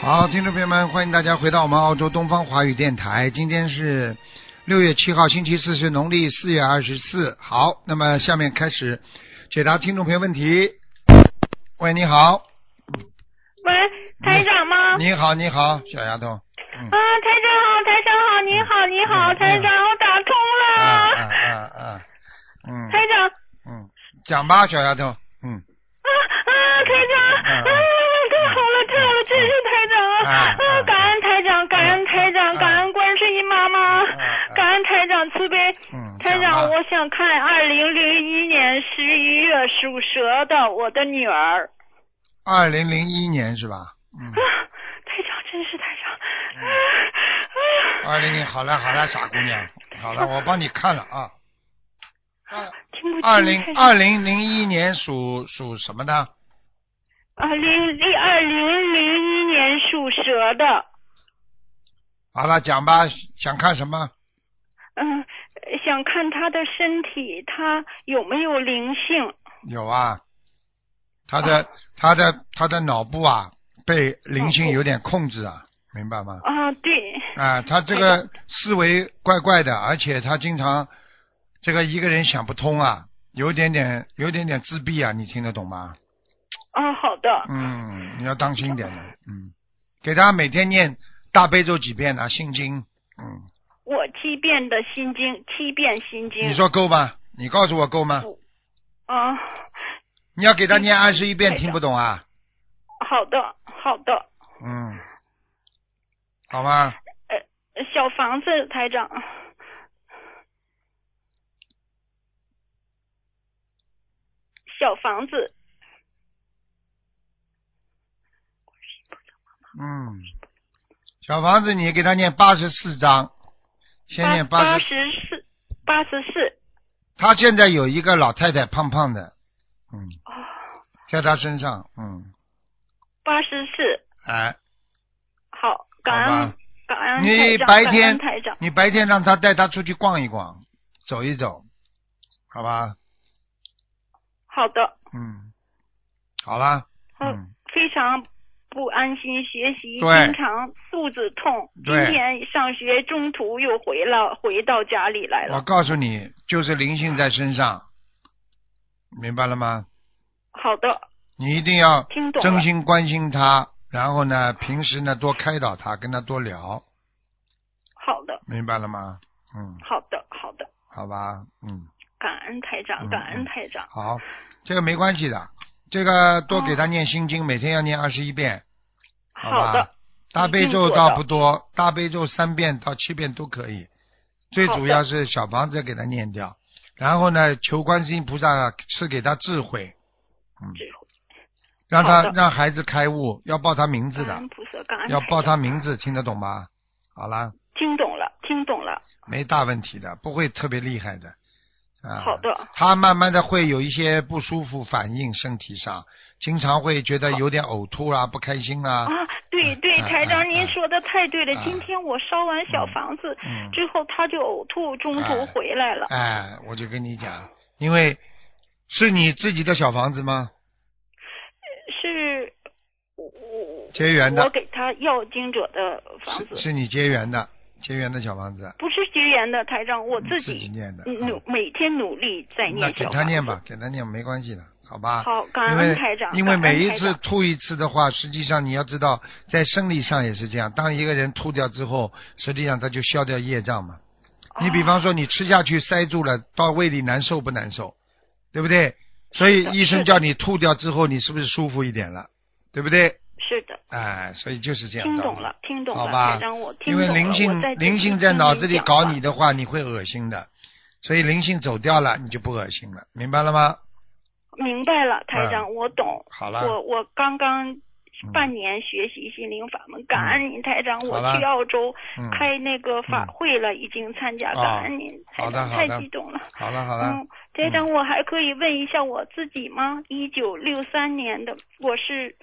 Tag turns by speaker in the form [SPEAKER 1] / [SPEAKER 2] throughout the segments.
[SPEAKER 1] 好，听众朋友们，欢迎大家回到我们澳洲东方华语电台。今天是六月七号，星期四，是农历四月二十四。好，那么下面开始解答听众朋友问题。喂，你好，
[SPEAKER 2] 喂，台长吗？
[SPEAKER 1] 你好，你好，小丫头。嗯
[SPEAKER 2] 啊，台长好，台长好，你好，你好，
[SPEAKER 1] 嗯
[SPEAKER 2] 台长，我打通
[SPEAKER 1] 啊啊
[SPEAKER 2] 了。
[SPEAKER 1] 啊啊！嗯
[SPEAKER 2] 台长，啊
[SPEAKER 1] 嗯，讲吧，小丫头。嗯，
[SPEAKER 2] 啊，台长，
[SPEAKER 1] 嗯
[SPEAKER 2] 啊
[SPEAKER 1] 嗯，
[SPEAKER 2] 太好了，太好了，真是台长啊！
[SPEAKER 1] 嗯嗯
[SPEAKER 2] 啊，感恩台长，感恩台
[SPEAKER 1] 嗯
[SPEAKER 2] 长，感恩观世音妈妈
[SPEAKER 1] 嗯嗯，
[SPEAKER 2] 感恩台长慈悲。
[SPEAKER 1] 嗯
[SPEAKER 2] 台
[SPEAKER 1] 讲吧
[SPEAKER 2] 长，我想看二零零一年十一月属蛇的我的女儿。
[SPEAKER 1] 二零零一年是吧？嗯
[SPEAKER 2] 啊，，台长，真是台长。啊啊
[SPEAKER 1] 二零零，好了好了，傻姑娘，好了，我帮你看了啊。
[SPEAKER 2] 听不清。
[SPEAKER 1] 二零
[SPEAKER 2] 台长
[SPEAKER 1] 二零零一年属属什么的？
[SPEAKER 2] 二零零二零零一年属蛇的，
[SPEAKER 1] 好了，讲吧，想看什么？
[SPEAKER 2] 嗯，想看他的身体，他有没有灵性？
[SPEAKER 1] 有啊，他的、他的他的脑部啊，被灵性有点控制啊，明白吗？
[SPEAKER 2] 啊，对，
[SPEAKER 1] 啊，他这个思维怪怪的，而且他经常这个一个人想不通啊，有点点有点点自闭啊，你听得懂吗？
[SPEAKER 2] 啊，好的，
[SPEAKER 1] 嗯，你要当心点的，嗯，给他每天念大悲咒几遍啊，心经，嗯，
[SPEAKER 2] 我七遍的心经，七遍心经。嗯
[SPEAKER 1] 你说够吧？你告诉我够吗？
[SPEAKER 2] 啊，
[SPEAKER 1] 你要给他念二十一遍，
[SPEAKER 2] 对的
[SPEAKER 1] 听不懂啊？
[SPEAKER 2] 好的，好的。
[SPEAKER 1] 嗯，好吗？
[SPEAKER 2] 小房子，台长，小房子，
[SPEAKER 1] 嗯，小房子你给他念八十四章，先念
[SPEAKER 2] 八
[SPEAKER 1] 十。
[SPEAKER 2] 十四，八十四。
[SPEAKER 1] 他现在有一个老太太，胖胖的，嗯，
[SPEAKER 2] 哦
[SPEAKER 1] 在他身上，嗯，
[SPEAKER 2] 八十四，
[SPEAKER 1] 哎，
[SPEAKER 2] 好，
[SPEAKER 1] 好
[SPEAKER 2] 感
[SPEAKER 1] 吧
[SPEAKER 2] 恩感恩
[SPEAKER 1] 你
[SPEAKER 2] 台长，
[SPEAKER 1] 白
[SPEAKER 2] 感
[SPEAKER 1] 天
[SPEAKER 2] 恩台长，
[SPEAKER 1] 你白天让他带他出去逛一逛，走一走，好吧？
[SPEAKER 2] 好的，
[SPEAKER 1] 嗯，好啦，
[SPEAKER 2] 好
[SPEAKER 1] 嗯，
[SPEAKER 2] 非常不安心学习，
[SPEAKER 1] 对
[SPEAKER 2] 经常肚子痛。今
[SPEAKER 1] 对
[SPEAKER 2] 天上学中途又回了，回到家里来
[SPEAKER 1] 我
[SPEAKER 2] 了。
[SPEAKER 1] 告诉你，就是灵性在身上，明白了吗？
[SPEAKER 2] 好的，
[SPEAKER 1] 你一定要
[SPEAKER 2] 听懂
[SPEAKER 1] 真
[SPEAKER 2] 了。
[SPEAKER 1] 心关心他，然后呢，平时呢多开导他，跟他多聊，
[SPEAKER 2] 好的，
[SPEAKER 1] 明白了吗？嗯，
[SPEAKER 2] 好的，好的，
[SPEAKER 1] 好吧，嗯，
[SPEAKER 2] 感恩台
[SPEAKER 1] 嗯
[SPEAKER 2] 长，感
[SPEAKER 1] 嗯
[SPEAKER 2] 恩台长。
[SPEAKER 1] 好，这个没关系的，这个多给他念心经，每天要念二十一遍，好吧？
[SPEAKER 2] 哦好的，
[SPEAKER 1] 大悲
[SPEAKER 2] 一定
[SPEAKER 1] 咒
[SPEAKER 2] 做
[SPEAKER 1] 倒
[SPEAKER 2] 到
[SPEAKER 1] 不多，大悲咒三遍到七遍都可以，最
[SPEAKER 2] 好
[SPEAKER 1] 主
[SPEAKER 2] 的
[SPEAKER 1] 要是小房子给他念掉，然后呢，求观世音菩萨赐给他智慧，
[SPEAKER 2] 智慧，
[SPEAKER 1] 让
[SPEAKER 2] 好
[SPEAKER 1] 他
[SPEAKER 2] 的嗯
[SPEAKER 1] 让孩子开悟，要报他名字
[SPEAKER 2] 感
[SPEAKER 1] 的，
[SPEAKER 2] 恩菩萨，感恩
[SPEAKER 1] 要
[SPEAKER 2] 台
[SPEAKER 1] 报他
[SPEAKER 2] 长
[SPEAKER 1] 名字，听得懂吗？好啦。
[SPEAKER 2] 听懂了，听懂了。
[SPEAKER 1] 没大问题的，不会特别厉害的。啊，
[SPEAKER 2] 好的，
[SPEAKER 1] 他慢慢的会有一些不舒服反应，身体上经常会觉得有点呕吐啦、不开心啦、
[SPEAKER 2] 啊，对对，
[SPEAKER 1] 啊
[SPEAKER 2] 台
[SPEAKER 1] 啊
[SPEAKER 2] 长，您
[SPEAKER 1] 啊
[SPEAKER 2] 说的太对了
[SPEAKER 1] 啊。
[SPEAKER 2] 今天我烧完小
[SPEAKER 1] 嗯
[SPEAKER 2] 房子
[SPEAKER 1] 嗯
[SPEAKER 2] 之后，他就呕吐，中
[SPEAKER 1] 哎
[SPEAKER 2] 途回来了。
[SPEAKER 1] 哎，我就跟你讲，因为是你自己的小房子吗？
[SPEAKER 2] 是我我
[SPEAKER 1] 结缘
[SPEAKER 2] 我
[SPEAKER 1] 的，
[SPEAKER 2] 给他要经者的房
[SPEAKER 1] 是
[SPEAKER 2] 子，
[SPEAKER 1] 是你结缘的，结缘的小房子，
[SPEAKER 2] 不是结缘的台长，我自
[SPEAKER 1] 自己
[SPEAKER 2] 己
[SPEAKER 1] 念的。
[SPEAKER 2] 努
[SPEAKER 1] 嗯
[SPEAKER 2] 每天努力在
[SPEAKER 1] 那
[SPEAKER 2] 念
[SPEAKER 1] 给
[SPEAKER 2] 小
[SPEAKER 1] 他
[SPEAKER 2] 房
[SPEAKER 1] 念
[SPEAKER 2] 子。
[SPEAKER 1] 吧，给他念没关系的，好吧？
[SPEAKER 2] 好，感
[SPEAKER 1] 因
[SPEAKER 2] 恩
[SPEAKER 1] 为
[SPEAKER 2] 台长，
[SPEAKER 1] 因为
[SPEAKER 2] 感恩
[SPEAKER 1] 每一
[SPEAKER 2] 台
[SPEAKER 1] 次
[SPEAKER 2] 长
[SPEAKER 1] 吐一次的话，实际上你要知道，在生理上也是这样。当一个人吐掉之后，实际上他就消掉业障嘛。你比
[SPEAKER 2] 哦
[SPEAKER 1] 方说，你吃下去塞住了，到胃里难受不难受？对不对？所以
[SPEAKER 2] 是的
[SPEAKER 1] 医生
[SPEAKER 2] 是的
[SPEAKER 1] 叫你吐掉之后，你是不是舒服一点了？对不对？
[SPEAKER 2] 是的，
[SPEAKER 1] 哎，所以就是这样。
[SPEAKER 2] 听懂了。，听懂
[SPEAKER 1] 好
[SPEAKER 2] 了，
[SPEAKER 1] 吧
[SPEAKER 2] 台长，我听
[SPEAKER 1] 因为
[SPEAKER 2] 懂了。
[SPEAKER 1] 灵性
[SPEAKER 2] 我在
[SPEAKER 1] 灵性在
[SPEAKER 2] 在
[SPEAKER 1] 脑子里搞你。的话，你会恶心的。所以灵性走掉了，你就不恶心了，明白了吗？
[SPEAKER 2] 明白了，台长，我懂。
[SPEAKER 1] 嗯好了。
[SPEAKER 2] 我我刚刚
[SPEAKER 1] 嗯
[SPEAKER 2] 半年学习心灵法门，感恩您台长，
[SPEAKER 1] 好
[SPEAKER 2] 我
[SPEAKER 1] 了
[SPEAKER 2] 去澳洲
[SPEAKER 1] 嗯
[SPEAKER 2] 开那个法
[SPEAKER 1] 嗯
[SPEAKER 2] 会了，已经参加，
[SPEAKER 1] 哦
[SPEAKER 2] 感恩您
[SPEAKER 1] 好的好
[SPEAKER 2] 台长，
[SPEAKER 1] 的
[SPEAKER 2] 太激动了。
[SPEAKER 1] 好了好了，
[SPEAKER 2] 嗯，台长，我还可以问一下我自己吗？一九六三年的，我是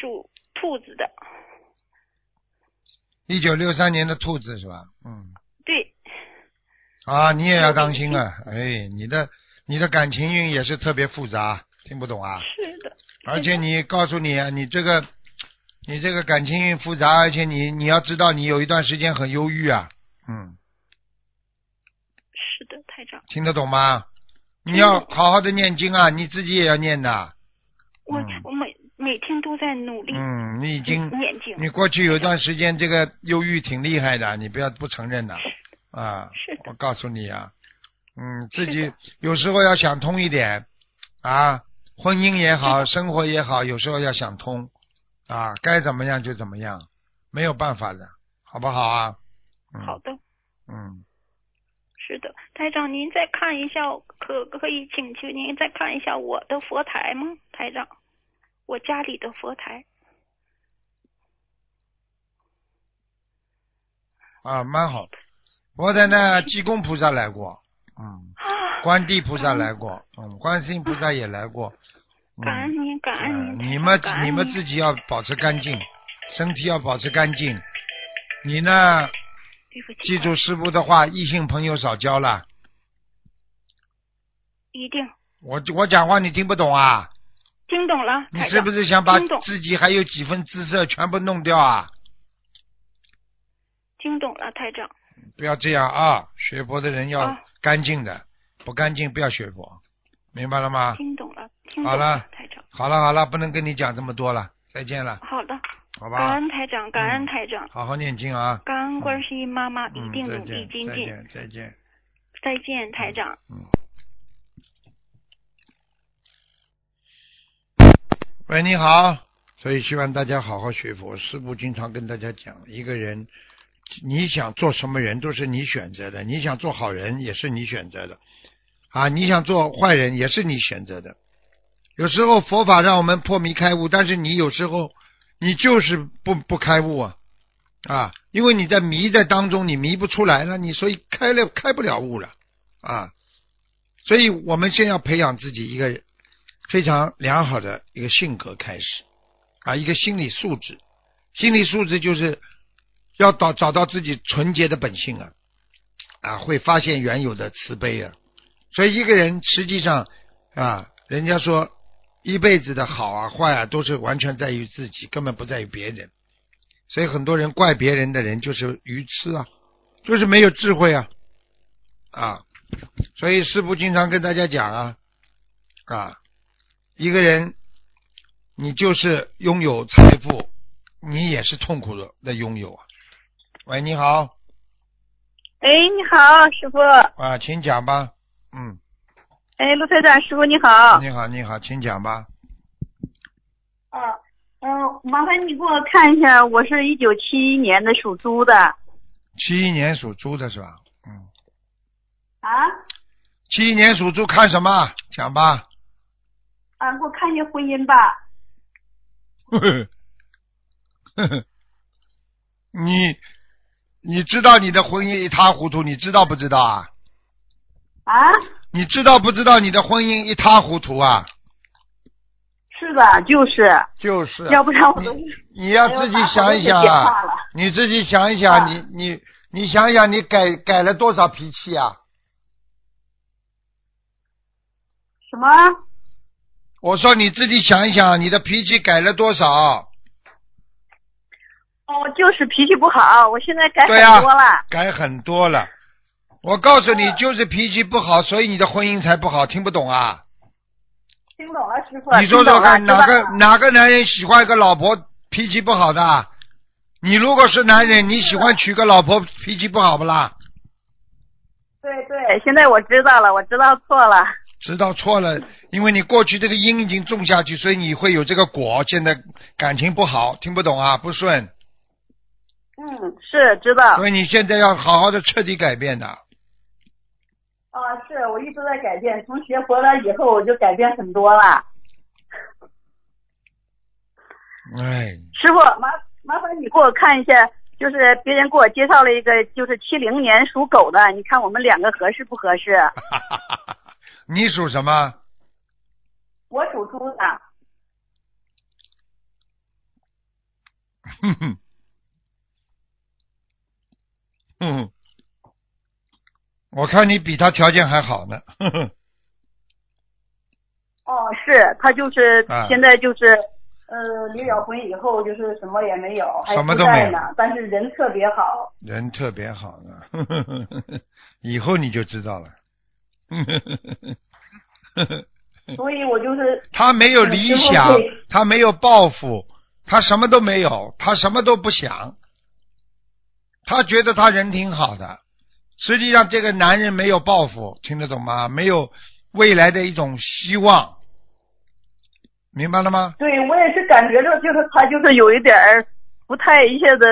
[SPEAKER 2] 属兔子的，
[SPEAKER 1] 一九六三年的兔子是吧？嗯，
[SPEAKER 2] 对，
[SPEAKER 1] 啊，你也要当心啊！哎，你的你的感情运也是特别复杂，听不懂啊！
[SPEAKER 2] 是的，
[SPEAKER 1] 而且你告诉你啊，你这个你这个感情运复杂，而且你你要知道，你有一段时间很忧郁啊，嗯，
[SPEAKER 2] 是的，台长，
[SPEAKER 1] 听得懂吗？你要
[SPEAKER 2] 嗯
[SPEAKER 1] 好好的念经啊，你自己也要念的。
[SPEAKER 2] 我、
[SPEAKER 1] 嗯
[SPEAKER 2] 我每每天都在努力
[SPEAKER 1] 嗯，你已经，
[SPEAKER 2] 念经，
[SPEAKER 1] 你过去有一段时间这个忧郁挺厉害的，你不要不承认的啊
[SPEAKER 2] 是的。
[SPEAKER 1] 我告诉你啊，嗯，自
[SPEAKER 2] 是的
[SPEAKER 1] 己有时候要想通一点啊，婚姻也好，生活也好，有时候要想通啊，该怎么样就怎么样，没有办法的，好不好啊？嗯
[SPEAKER 2] 好，的。
[SPEAKER 1] 嗯。
[SPEAKER 2] 是的，台长，您再看一下，可可以请求您再看一下我的佛台吗？台长，我家里的佛台。
[SPEAKER 1] 啊，蛮好。佛在那
[SPEAKER 2] 嗯
[SPEAKER 1] 济公菩萨来过，嗯，
[SPEAKER 2] 啊，
[SPEAKER 1] 观地菩萨来过，嗯，观世音菩萨也来过。
[SPEAKER 2] 感
[SPEAKER 1] 嗯，
[SPEAKER 2] 恩您，感
[SPEAKER 1] 呃
[SPEAKER 2] 恩您，
[SPEAKER 1] 你
[SPEAKER 2] 台
[SPEAKER 1] 们
[SPEAKER 2] 长感
[SPEAKER 1] 你
[SPEAKER 2] 恩
[SPEAKER 1] 们
[SPEAKER 2] 您
[SPEAKER 1] 自己要保持干净，身体要保持干净。你呢，
[SPEAKER 2] 对不起
[SPEAKER 1] 记
[SPEAKER 2] 台
[SPEAKER 1] 住师傅的话，异性朋友少交了。
[SPEAKER 2] 一定
[SPEAKER 1] 我我讲话你听不懂啊？
[SPEAKER 2] 听懂了，
[SPEAKER 1] 你
[SPEAKER 2] 台
[SPEAKER 1] 是
[SPEAKER 2] 长
[SPEAKER 1] 不是想把
[SPEAKER 2] 听懂
[SPEAKER 1] 自己还有几分姿色全部弄掉啊？
[SPEAKER 2] 听懂了，台长。
[SPEAKER 1] 不要这样啊！学佛的人要
[SPEAKER 2] 啊
[SPEAKER 1] 干净的，不干净不要学佛，明白了吗？
[SPEAKER 2] 听懂了，听
[SPEAKER 1] 啊好
[SPEAKER 2] 懂
[SPEAKER 1] 了
[SPEAKER 2] 台长。
[SPEAKER 1] 好了好了，不能跟你讲这么多了，再见了，
[SPEAKER 2] 好的，
[SPEAKER 1] 好
[SPEAKER 2] 感
[SPEAKER 1] 吧？
[SPEAKER 2] 恩台长，感恩台长，
[SPEAKER 1] 好好念经啊！
[SPEAKER 2] 感恩观世音妈妈，一
[SPEAKER 1] 嗯，
[SPEAKER 2] 定
[SPEAKER 1] 再
[SPEAKER 2] 努力
[SPEAKER 1] 见，
[SPEAKER 2] 精
[SPEAKER 1] 再
[SPEAKER 2] 进。
[SPEAKER 1] 见，再见。
[SPEAKER 2] 再见，台长。
[SPEAKER 1] 喂，你好。所以希望大家好好学佛。师父经常跟大家讲，一个人你想做什么人都是你选择的，你想做好人也是你选择的，啊，你想做坏人也是你选择的。有时候佛法让我们破迷开悟，但是你有时候你就是不不开悟啊，啊，因为你在迷在当中，你迷不出来了，你所以开了开不了悟了啊。所以我们先要培养自己一个非常良好的一个性格开始啊，一个心理素质。心理素质就是要找找到自己纯洁的本性啊，啊，会发现原有的慈悲啊。所以一个人实际上啊，人家说一辈子的好啊坏啊，都是完全在于自己，根本不在于别人。所以很多人怪别人的人就是愚痴啊，就是没有智慧啊，啊，所以师父经常跟大家讲啊，啊，一个人，你就是拥有财富，你也是痛苦的的拥有啊。喂，你好
[SPEAKER 3] 哎，你好，师傅。
[SPEAKER 1] 啊，请讲吧。嗯，
[SPEAKER 3] 哎，陆台长，师傅你好。
[SPEAKER 1] 你好，你好，请讲吧。
[SPEAKER 3] 啊，嗯，麻烦你给我看一下，我是一九七一年的，属猪的。
[SPEAKER 1] 七一年属猪的是吧？嗯，
[SPEAKER 3] 啊
[SPEAKER 1] 七一年属猪看什么？讲吧。
[SPEAKER 3] 啊，给我看一下婚姻吧。
[SPEAKER 1] 呵呵，呵呵，你你知道你的婚姻一塌糊涂，你知道不知道啊？
[SPEAKER 3] 啊，
[SPEAKER 1] 你知道不知道你的婚姻一塌糊涂啊？
[SPEAKER 3] 是的，就是，
[SPEAKER 1] 就是啊
[SPEAKER 3] 要不然我都
[SPEAKER 1] 你要自己想一想啊
[SPEAKER 3] 哎呦打不过这电话了，
[SPEAKER 1] 你自己想一想，
[SPEAKER 3] 啊
[SPEAKER 1] 你你你想想，你改改了多少脾气啊？
[SPEAKER 3] 什么
[SPEAKER 1] 我说你自己想一想，你的脾气改了多少？
[SPEAKER 3] 哦，就是脾气不好，我现在改
[SPEAKER 1] 对啊呀
[SPEAKER 3] 很多了。
[SPEAKER 1] 改很多了。我告诉
[SPEAKER 3] 啊
[SPEAKER 1] 你，就是脾气不好，所以你的婚姻才不好。听不懂啊？
[SPEAKER 3] 听懂了，师傅。
[SPEAKER 1] 你说
[SPEAKER 3] 听懂
[SPEAKER 1] 说
[SPEAKER 3] 了
[SPEAKER 1] 看，哪
[SPEAKER 3] 知道
[SPEAKER 1] 个
[SPEAKER 3] 了
[SPEAKER 1] 哪个男人喜欢一个老婆脾气不好的？你如果是男人，你喜欢娶个老婆脾气不好不啦？
[SPEAKER 3] 对对，现在我知道了，我知道错了。
[SPEAKER 1] 知道错了，因为你过去这个因已经种下去，所以你会有这个果。现在感情不好，听不懂啊，不顺，
[SPEAKER 3] 嗯，是知道。
[SPEAKER 1] 所以你现在要好好的彻底改变的。
[SPEAKER 3] 啊，是我一直在改变，从学佛了以后，我就改变很多了。
[SPEAKER 1] 哎，
[SPEAKER 3] 师傅，麻麻烦你给我看一下，就是别人给我介绍了一个，就是七零年属狗的，你看我们两个合适不合 适？啊
[SPEAKER 1] 哈哈哈哈哈！你属什么？
[SPEAKER 3] 我属猪的，
[SPEAKER 1] 哼哼，哼哼，我看你比他条件还好呢。 哼哼，
[SPEAKER 3] 哦，是他就是
[SPEAKER 1] 啊
[SPEAKER 3] 现在就是
[SPEAKER 4] 呃，离了婚以后就是什么也没有，还
[SPEAKER 1] 什么
[SPEAKER 4] 负
[SPEAKER 1] 都没
[SPEAKER 4] 债
[SPEAKER 1] 有
[SPEAKER 4] 呢，但是人特别好。
[SPEAKER 1] 人特别好呢， 以后你就知道了。嗯
[SPEAKER 4] 所以我就是
[SPEAKER 1] 他没有理想
[SPEAKER 4] 有时候会，
[SPEAKER 1] 他没有抱负，他什么都没有，他什么都不想。他觉得他人挺好的，实际上这个男人没有抱负，听得懂吗？没有未来的一种希望，明白了吗？
[SPEAKER 4] 对我也是感觉到就是他就
[SPEAKER 3] 就是是有一点儿不太一下子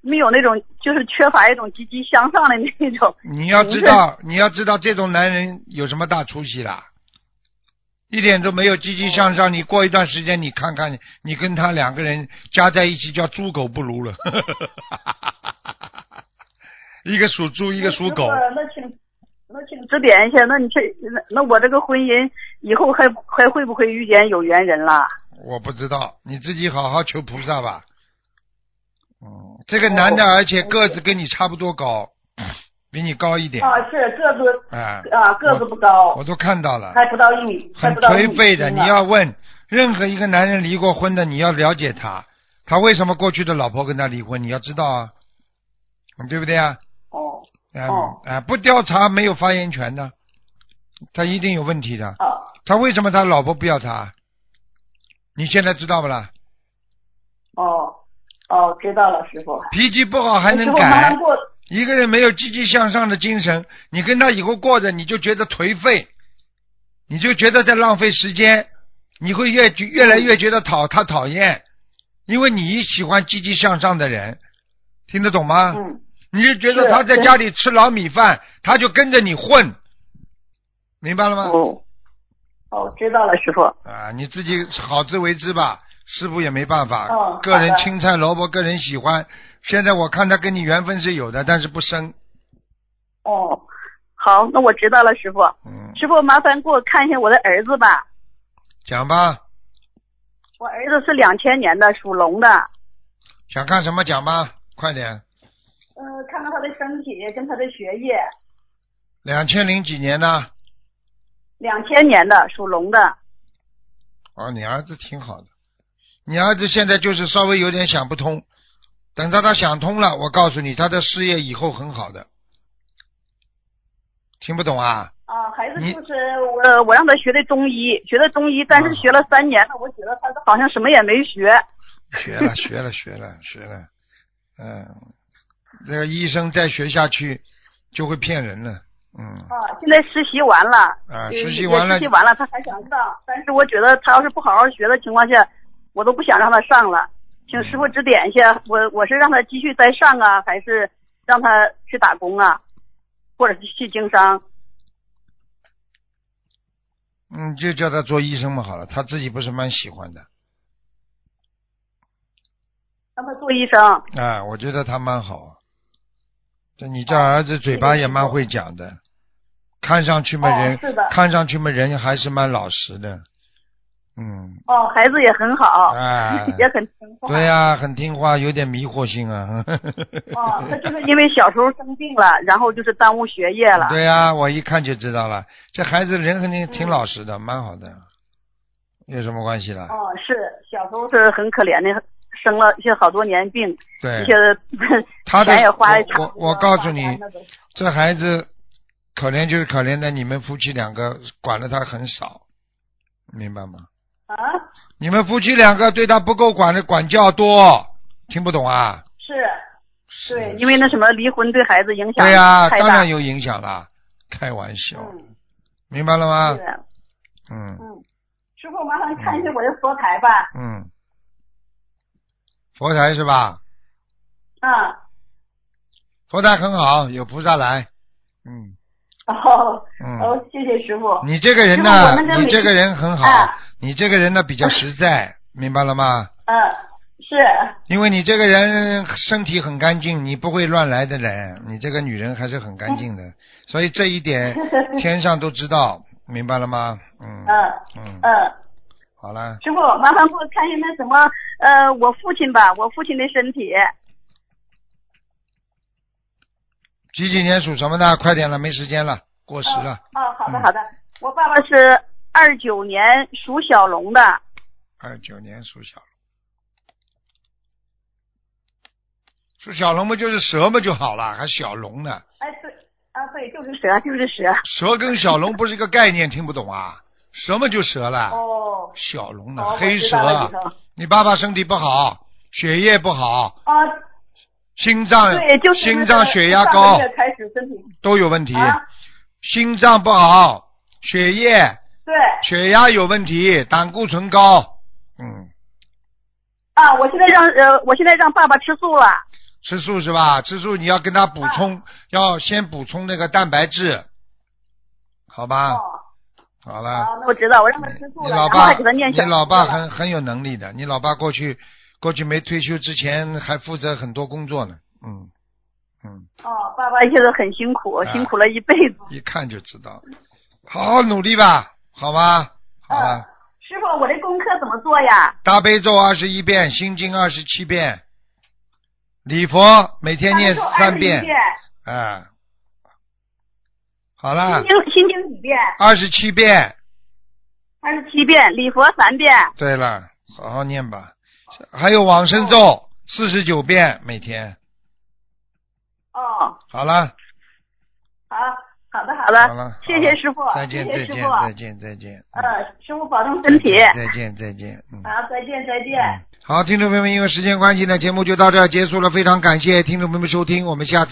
[SPEAKER 3] 没有那种，就是缺乏一种积极向上的那种。
[SPEAKER 1] 你要知道，你要知道，这种男人有什么大出息啦？一点都没有积极向上。你过一段时间，你看看，你跟他两个人加在一起叫猪狗不如了， 一个属猪，一个属狗。
[SPEAKER 4] 那请那请
[SPEAKER 3] 指点一下，那你这那那我这个婚姻以后还还会不会遇见有缘人了？
[SPEAKER 1] 我不知道，你自己好好求菩萨吧。嗯，这个男的，而且个子跟你差不多高， 比你高一点，
[SPEAKER 4] 啊是个子
[SPEAKER 1] 哎，
[SPEAKER 4] 啊个子不高
[SPEAKER 1] 我，都看到了。
[SPEAKER 4] 还不到一米，还
[SPEAKER 1] 很
[SPEAKER 4] 不到一
[SPEAKER 1] 颓
[SPEAKER 4] 米
[SPEAKER 1] 废的。
[SPEAKER 4] 七
[SPEAKER 1] 你
[SPEAKER 4] 呢
[SPEAKER 1] 要问任何一个男人离过婚的，你要了解他，他为什么过去的老婆跟他离婚，你要知道啊，对不对啊？
[SPEAKER 4] 哦
[SPEAKER 1] 啊、
[SPEAKER 4] 哦
[SPEAKER 1] 啊，不调查没有发言权的，他一定有问题的。
[SPEAKER 4] 好
[SPEAKER 1] 他为什么他老婆不要他？你现在知道不啦？
[SPEAKER 4] 哦哦知道了师傅，
[SPEAKER 1] 脾气不好还
[SPEAKER 4] 师
[SPEAKER 1] 能
[SPEAKER 4] 傅慢
[SPEAKER 1] 改
[SPEAKER 4] 慢，过
[SPEAKER 1] 一个人没有积极向上的精神，你跟他以后过着，你就觉得颓废，你就觉得在浪费时间，你会越觉越来越觉得讨他讨厌，因为你喜欢积极向上的人，听得懂吗？
[SPEAKER 4] 嗯
[SPEAKER 1] 你就觉得
[SPEAKER 4] 是
[SPEAKER 1] 他在
[SPEAKER 4] 对
[SPEAKER 1] 家里吃老米饭，他就跟着你混，明白了
[SPEAKER 4] 嗯
[SPEAKER 1] 吗？
[SPEAKER 3] 哦，
[SPEAKER 4] 哦知道了师
[SPEAKER 3] 师傅，
[SPEAKER 1] 啊，你自己好自为之吧，师傅也没办法，
[SPEAKER 4] 哦
[SPEAKER 1] 个人
[SPEAKER 4] 好的
[SPEAKER 1] 青菜萝卜个人喜欢。现在我看他跟你缘分是有的，但是不深，
[SPEAKER 4] 傅哦
[SPEAKER 3] 好，那我知道了，师傅。
[SPEAKER 1] 嗯，
[SPEAKER 3] 师傅，麻烦给我看一下我的儿子吧。
[SPEAKER 1] 讲吧，
[SPEAKER 3] 我儿子是两千年的，属龙的。
[SPEAKER 1] 想看什么讲吧，快点。
[SPEAKER 4] 呃看看他的身体跟他的学业，
[SPEAKER 1] 两千零几年呢？
[SPEAKER 3] 两千年的属龙的，
[SPEAKER 1] 哦，你儿子挺好的，你儿子现在就是稍微有点想不通，等到他想通了，我告诉你，他的事业以后很好的。听不懂啊？
[SPEAKER 4] 啊，孩子
[SPEAKER 1] 你
[SPEAKER 4] 就是我
[SPEAKER 3] 呃，我让他学的中医，学的中医，但
[SPEAKER 1] 嗯
[SPEAKER 3] 是学了三年了，我觉得他好像什么也没学。
[SPEAKER 1] 学 了，学了，学了，学了，嗯，这个医生再学下去就会骗人了，嗯
[SPEAKER 4] 啊，
[SPEAKER 3] 现在实习完了，
[SPEAKER 1] 啊，
[SPEAKER 3] 也
[SPEAKER 1] 实习完了
[SPEAKER 3] 也实习完了，他还想上，但是我觉得他要是不好好学的情况下，我都不想让他上了。请师傅指点一下，我我是让他继续再上啊，还是让他去打工啊，或者是去经商？
[SPEAKER 1] 嗯，就叫他做医生嘛好了，他自己不是蛮喜欢的
[SPEAKER 3] 让他做医生。
[SPEAKER 1] 啊，我觉得他蛮好。这你这儿子嘴
[SPEAKER 3] 哦
[SPEAKER 1] 巴也蛮会讲的，看上去嘛
[SPEAKER 4] 哦
[SPEAKER 1] 人，
[SPEAKER 4] 是的
[SPEAKER 1] 看上去嘛人还是蛮老实的，嗯，
[SPEAKER 3] 哦，孩子也很好，
[SPEAKER 1] 哎
[SPEAKER 3] 也很听话。
[SPEAKER 1] 对呀、很听话，有点迷惑性啊。
[SPEAKER 4] 啊，他就是
[SPEAKER 3] 因为小时候生病了，然后就是耽误学业了。
[SPEAKER 1] 对呀、我一看就知道了，这孩子人肯定挺老实
[SPEAKER 3] 嗯
[SPEAKER 1] 的，蛮好的，有什么关系啦？
[SPEAKER 4] 哦
[SPEAKER 3] 是小时候是很可怜的，生了一些好多年病，
[SPEAKER 1] 对
[SPEAKER 3] 一，些
[SPEAKER 1] 他的
[SPEAKER 3] 钱也花嗯的
[SPEAKER 1] 我我我告诉你，这孩子可怜就是可怜在你们夫妻两个管的他很少，明白吗？
[SPEAKER 4] 啊
[SPEAKER 1] 你们夫妻两个对他不够管的管教多，听不懂啊？
[SPEAKER 4] 是对
[SPEAKER 3] 因为那什么离婚对孩子影响
[SPEAKER 1] 对呀、
[SPEAKER 3] 太
[SPEAKER 1] 当
[SPEAKER 3] 大。
[SPEAKER 1] 然有影响啦，开玩笑，
[SPEAKER 4] 嗯
[SPEAKER 1] 明白了吗
[SPEAKER 4] 是？。
[SPEAKER 1] 嗯
[SPEAKER 4] 嗯，师傅，麻烦看一下我的佛台吧。
[SPEAKER 1] 嗯，佛台是吧？
[SPEAKER 4] 啊，
[SPEAKER 1] 佛台很好，有菩萨来。嗯
[SPEAKER 4] 哦，
[SPEAKER 1] 嗯，
[SPEAKER 4] 哦，谢谢师傅。
[SPEAKER 1] 你这个人呢
[SPEAKER 4] 师傅我那，个
[SPEAKER 1] 你
[SPEAKER 4] 每
[SPEAKER 1] 这个人很好
[SPEAKER 4] 啊，
[SPEAKER 1] 你这个人呢比较实在，明白了吗？
[SPEAKER 4] 嗯，是
[SPEAKER 1] 因为你这个人身体很干净，你不会乱来的人，你这个女人还是很干净
[SPEAKER 4] 嗯
[SPEAKER 1] 的，所以这一点天上都知道，明白了吗？嗯
[SPEAKER 4] 嗯
[SPEAKER 1] 嗯，
[SPEAKER 4] 嗯，
[SPEAKER 1] 好了，
[SPEAKER 4] 师傅，
[SPEAKER 3] 麻烦给我看一下那什么，呃，我父亲吧，我父亲的身体，
[SPEAKER 1] 几几年属什么的？快点了，没时间了，过时了。
[SPEAKER 4] 哦，好的
[SPEAKER 1] 嗯
[SPEAKER 4] 好的，
[SPEAKER 3] 我爸爸是二九年属小龙的，
[SPEAKER 1] 二九年属小龙，属小龙不就是蛇嘛就好了，还小龙呢？
[SPEAKER 4] 哎，对，啊，对，就是 蛇，就是
[SPEAKER 3] 啊
[SPEAKER 4] 蛇。
[SPEAKER 1] 蛇跟小龙不是一个概念，听不懂啊？蛇嘛就蛇了，
[SPEAKER 4] 哦，
[SPEAKER 1] 小龙呢
[SPEAKER 4] 哦，
[SPEAKER 1] 啊黑
[SPEAKER 4] 我知
[SPEAKER 1] 蛇
[SPEAKER 4] 道了，
[SPEAKER 1] 啊
[SPEAKER 4] 李。头。
[SPEAKER 1] 你爸爸身体不好，血液不好，
[SPEAKER 4] 啊，
[SPEAKER 1] 心脏
[SPEAKER 4] 对，就
[SPEAKER 1] 嗯
[SPEAKER 4] 是
[SPEAKER 1] 心
[SPEAKER 4] 那
[SPEAKER 1] 脏
[SPEAKER 4] 个
[SPEAKER 1] 血压
[SPEAKER 4] 上
[SPEAKER 1] 高
[SPEAKER 4] 个月开始身体
[SPEAKER 1] 都有问题，
[SPEAKER 4] 啊，
[SPEAKER 1] 心脏不好，血液
[SPEAKER 4] 对
[SPEAKER 1] 血压有问题，胆固醇高，嗯，
[SPEAKER 3] 啊，我现在让呃，我现在让爸爸吃素了。
[SPEAKER 1] 吃素是吧？吃素你要跟他补充，
[SPEAKER 3] 嗯
[SPEAKER 1] 要先补充那个蛋白质，好吧？
[SPEAKER 4] 哦，
[SPEAKER 1] 好了。
[SPEAKER 4] 啊，
[SPEAKER 3] 我知道，我让他吃素
[SPEAKER 1] 啊你
[SPEAKER 3] 了，
[SPEAKER 1] 老
[SPEAKER 3] 然后还
[SPEAKER 1] 爸，
[SPEAKER 3] 给他念
[SPEAKER 1] 你
[SPEAKER 3] 小。
[SPEAKER 1] 老爸很很有能力的。你老爸过去过去没退休之前还负责很多工作呢，嗯嗯，
[SPEAKER 4] 哦，
[SPEAKER 3] 爸爸现在很辛苦，
[SPEAKER 1] 啊
[SPEAKER 3] 辛苦了一辈子。
[SPEAKER 1] 一看就知道。好好努力吧，好吗？好了，
[SPEAKER 3] 嗯师傅，我这功课怎么做呀？
[SPEAKER 1] 大悲咒二十一遍，心经二十七遍，礼佛每天念
[SPEAKER 3] 大悲咒
[SPEAKER 1] 三
[SPEAKER 3] 21
[SPEAKER 1] 遍，
[SPEAKER 3] 遍
[SPEAKER 1] 啊，好啦
[SPEAKER 3] 心，经心经几遍？
[SPEAKER 1] 二十七遍。
[SPEAKER 3] 二十七遍，礼佛三遍。
[SPEAKER 1] 对了，好好念吧。还有往生咒四十九遍每天。
[SPEAKER 3] 哦，
[SPEAKER 1] 好了。
[SPEAKER 3] 好，好的，好
[SPEAKER 1] 好了
[SPEAKER 3] 的，谢
[SPEAKER 1] 好
[SPEAKER 3] 谢
[SPEAKER 1] 了
[SPEAKER 3] 师傅，
[SPEAKER 1] 再见，
[SPEAKER 3] 谢
[SPEAKER 1] 再
[SPEAKER 3] 谢师
[SPEAKER 1] 见，
[SPEAKER 3] 傅，
[SPEAKER 1] 再见，再见。嗯
[SPEAKER 4] 呃，师傅保重
[SPEAKER 3] 身体。啊
[SPEAKER 1] 再见，再见。嗯。
[SPEAKER 4] 好，再见，再见。
[SPEAKER 1] 嗯好，听众朋友们，因为时间关系呢，节目就到这儿结束了。非常感谢听众朋友们收听，我们下次。